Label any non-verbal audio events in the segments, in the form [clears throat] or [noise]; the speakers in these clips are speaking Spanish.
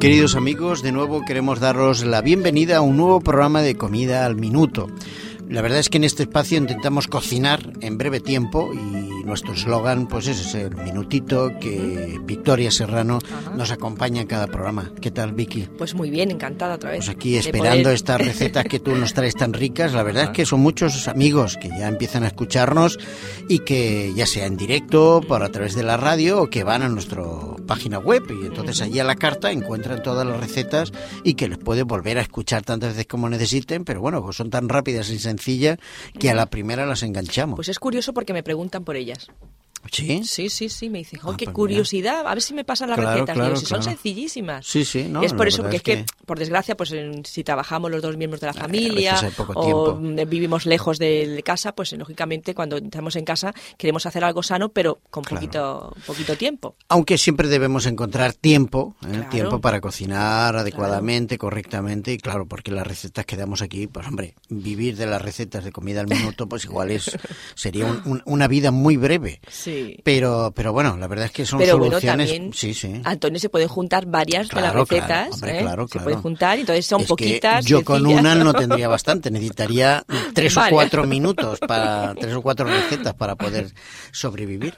Queridos amigos, de nuevo queremos daros la bienvenida a un nuevo programa de Comida al Minuto. La verdad es que en este espacio intentamos cocinar en breve tiempo y nuestro eslogan pues ese es el minutito que Victoria Serrano Ajá. nos acompaña en cada programa. ¿Qué tal Vicky? Pues muy bien, encantada otra vez. Pues aquí de esperando poder- estas recetas que tú nos traes tan ricas. La verdad es que son muchos amigos que ya empiezan a escucharnos y que ya sea en directo, por a través de la radio o que van a nuestra página web y entonces allí a la carta encuentran todas las recetas y que les puede volver a escuchar tantas veces como necesiten, pero bueno, pues son tan rápidas y sencillas que a la primera las enganchamos. Pues es curioso porque me preguntan por ellas. Pues ¿Sí? Sí, sí, sí, me dicen, "Jo, Ah, qué pues mira. curiosidad, a ver si me pasan las Claro, recetas. Digo, claro, si son claro. sencillísimas. Sí, sí, no, es por la eso, porque verdad es que, por desgracia, pues en- si trabajamos los dos miembros de la a familia veces hay poco o tiempo. mm, vivimos lejos de, de casa, pues eh, lógicamente cuando estamos en casa queremos hacer algo sano, pero con Claro. poquito, poquito tiempo. Aunque siempre debemos encontrar tiempo, ¿eh? Claro. tiempo para cocinar adecuadamente, correctamente, y claro, porque las recetas que damos aquí, pues hombre, vivir de las recetas de comida al minuto, pues igual [laughs] es, sería un- un- una vida muy breve. Sí. Pero, pero bueno, la verdad es que son Pero bueno, soluciones. también, sí, sí. Antonio, se pueden juntar varias de Claro, las claro, recetas. hombre, ¿eh? claro, Se claro. pueden juntar, entonces son Es que poquitas. yo con sencillas. una no tendría bastante, necesitaría tres o Vale. cuatro minutos para tres o cuatro recetas para poder sobrevivir.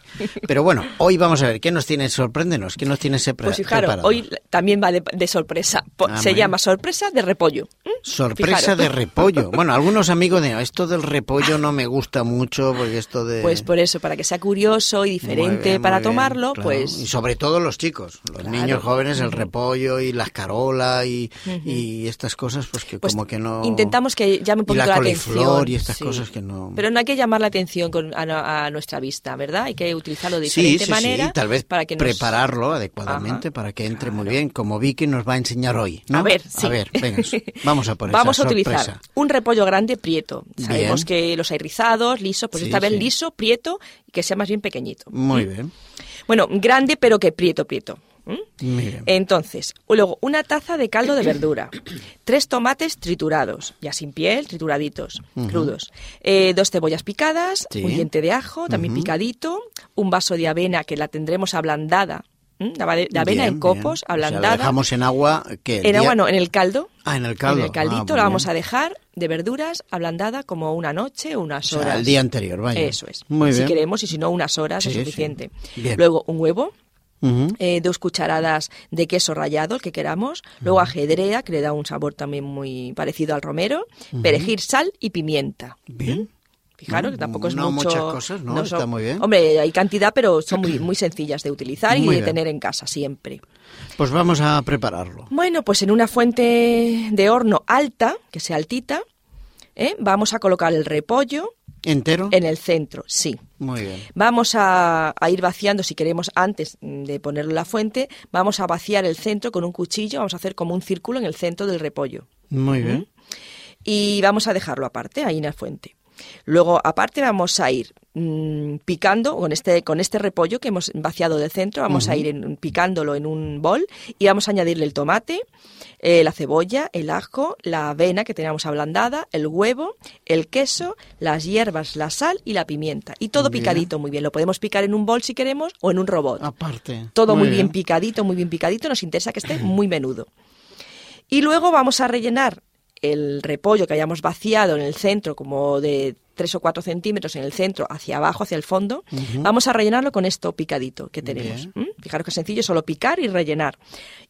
Pero bueno, hoy vamos a ver qué nos tienes, sorpréndenos, qué nos tienes sepra- Pues fijaros, preparado? hoy también va de, de sorpresa. Po- Ah, se muy llama bien. sorpresa de repollo. ¿Mm? Sorpresa Fijaros. de repollo. Bueno, algunos amigos de esto del repollo no me gusta mucho porque esto de Pues por eso, para que sea curioso y Muy diferente bien, para muy bien, tomarlo, claro. y pues sobre todo los chicos, los Claro. niños jóvenes, el repollo y las carolas y, y estas cosas, pues que Pues como que no intentamos que llame un y la poquito la, coliflor atención. y estas sí. cosas que no. Pero no hay que llamar la atención con- a, no- a nuestra vista, ¿verdad? Hay que utilizarlo de Sí, diferente sí, manera. sí, tal vez para que nos- prepararlo adecuadamente Ajá, para que entre muy claro. bien, como Vicky nos va a enseñar hoy. ¿no? A ver, sí. a ver, venga, [laughs] vamos a por esa Vamos a utilizar sorpresa. un repollo grande prieto. Bien. Sabemos que los hay rizados, lisos, pues Sí, esta vez sí. Mm. liso, prieto y que sea más bien pequeñito. Muy bien, Bueno, grande pero que prieto, prieto. ¿Mm? muy bien. Entonces, luego una taza de caldo de verdura, tres tomates triturados, ya sin piel, trituraditos, crudos, eh, dos cebollas picadas, Sí. un diente de ajo, también Ujú. picadito, un vaso de avena que la tendremos ablandada, ¿m? la, va- la avena Bien, en copos, bien. O sea, la ablandada, dejamos en agua. ¿qué? El en día- agua no, en el caldo, Ah, en el caldo. en el caldito Ah, muy la vamos bien. a dejar de verduras ablandada como una noche o unas O horas. sea, el día anterior, vaya. Eso es. Muy si bien. queremos y si no unas horas es Sí, sí. suficiente. Bien. Luego un huevo, Ujú. eh, dos cucharadas de queso rallado, el que queramos, luego ajedrea, que le da un sabor también muy parecido al romero, perejil, sal y pimienta. Bien. No, Fijaros, que tampoco es Mm, no mucho... muchas cosas, ¿no? son- Está muy bien. Hombre, hay cantidad, pero [clears throat] son muy, muy sencillas de utilizar y Muy de bien. tener en casa siempre. Pues vamos a prepararlo. Bueno, pues en una fuente de horno alta, que sea altita, ¿eh? vamos a colocar el repollo ¿Entero? en el centro, sí. Muy bien. Vamos a, a ir vaciando, si queremos, antes de ponerlo en la fuente, vamos a vaciar el centro con un cuchillo, vamos a hacer como un círculo en el centro del repollo Muy bien. y vamos a dejarlo aparte, ahí en la fuente. Luego, aparte, vamos a ir mm, picando con este, con este repollo que hemos vaciado del centro, vamos a ir en- picándolo en un bol y vamos a añadirle el tomate, eh, la cebolla, el ajo, la avena que teníamos ablandada, el huevo, el queso, las hierbas, la sal y la pimienta. Y todo Bien. picadito, muy bien. Lo podemos picar en un bol si queremos o en un robot. Aparte. Todo muy, bien. picadito, muy bien picadito. Nos interesa que esté muy menudo. Y luego vamos a rellenar el repollo que hayamos vaciado en el centro, como de 3 o 4 centímetros en el centro, hacia abajo, hacia el fondo. Vamos a rellenarlo con esto picadito que tenemos. ¿Mm? Fijaros que sencillo, solo picar y rellenar.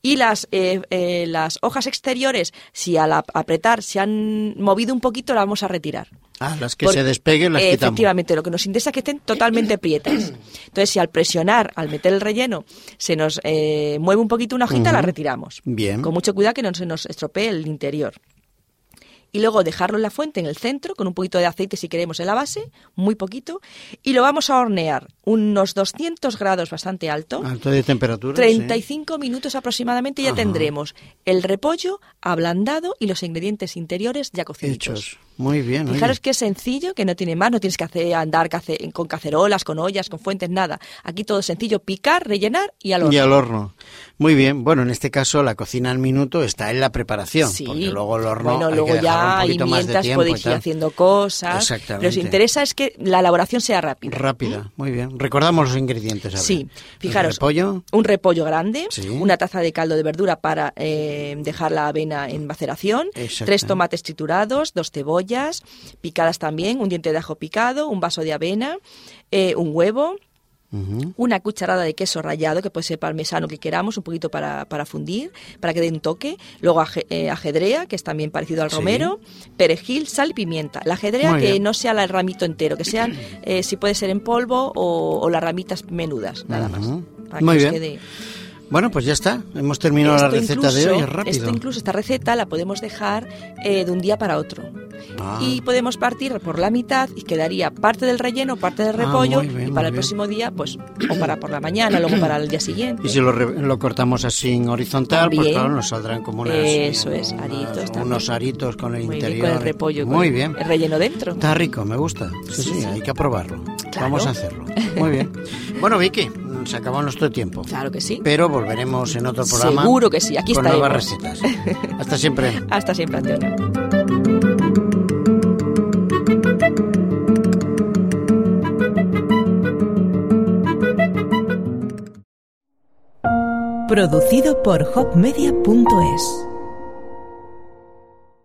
Y las, eh, eh, las hojas exteriores, si al ap- apretar se han movido un poquito, las vamos a retirar. Ah, las que Por- se despeguen las quitamos. Efectivamente, lo que nos interesa es que estén totalmente prietas. Entonces, si al presionar, al meter el relleno, se nos eh, mueve un poquito una hojita, la retiramos. Bien. Con mucho cuidado que no se nos estropee el interior. Y luego dejarlo en la fuente, en el centro, con un poquito de aceite si queremos en la base, muy poquito. Y lo vamos a hornear unos 200 grados bastante alto. Alto de temperatura. 35 minutos aproximadamente y ya Ah, Ajá. tendremos el repollo ablandado y los ingredientes interiores ya sí. cocidos. Hechos. Muy bien. oye. Fijaros que es sencillo, que no tiene más, no tienes que hacer andar cace- con cacerolas, con ollas, con fuentes, nada. Aquí todo es sencillo, picar, rellenar y al horno. Y al horno. Muy bien. Bueno, en este caso la cocina al minuto está en la preparación, Sí. porque luego el horno Bueno, hay luego que dejarlo un ya y poquito más de mientras tiempo y podéis ir tal. haciendo cosas. Lo que Exactamente. os interesa es que la elaboración sea rápida. Rápida, muy bien. Recordamos los ingredientes. ahora. Sí, fijaros. El repollo, Un repollo grande, Sí. una taza de caldo de verdura para eh, dejar la avena en maceración, Exacto. tres tomates triturados, dos cebollas picadas también, un diente de ajo picado, un vaso de avena, eh, un huevo, ujú, una cucharada de queso rallado, que puede ser parmesano que queramos, un poquito para, para fundir, para que dé un toque. Luego aje- eh, ajedrea, que es también parecido al Sí. romero, perejil, sal y pimienta. La ajedrea Muy que bien. no sea la- el ramito entero, que sean, eh, si puede ser en polvo o, o las ramitas menudas, nada más. Ujú. Para que Muy os bien. quede- Bueno, pues ya está. Hemos terminado la Esto receta de hoy. incluso- Es rápido. Esto incluso, esta receta la podemos dejar eh, de un día para otro. Ah. Y podemos partir por la mitad y quedaría parte del relleno, parte del Ah, repollo muy bien, y muy para el bien. próximo día, pues, o para por la mañana, luego para el día siguiente. Y si lo, re- lo cortamos así en horizontal, pues También. claro, nos saldrán como unas, Eso es, unas- aritos también. unos aritos con el Muy bien, interior. con el repollo, con Muy bien. el relleno dentro. Está rico, me gusta. Sí, sí, Sí, sí. hay que probarlo. Claro. Vamos a hacerlo. Muy [laughs] bien. Bueno, Vicky, se acabó nuestro tiempo. Claro que sí. Pero volveremos en otro programa. Seguro que sí, aquí con estaremos. nuevas recetas. Hasta [laughs] siempre. Hasta siempre, Antonio. Producido por hopmedia.es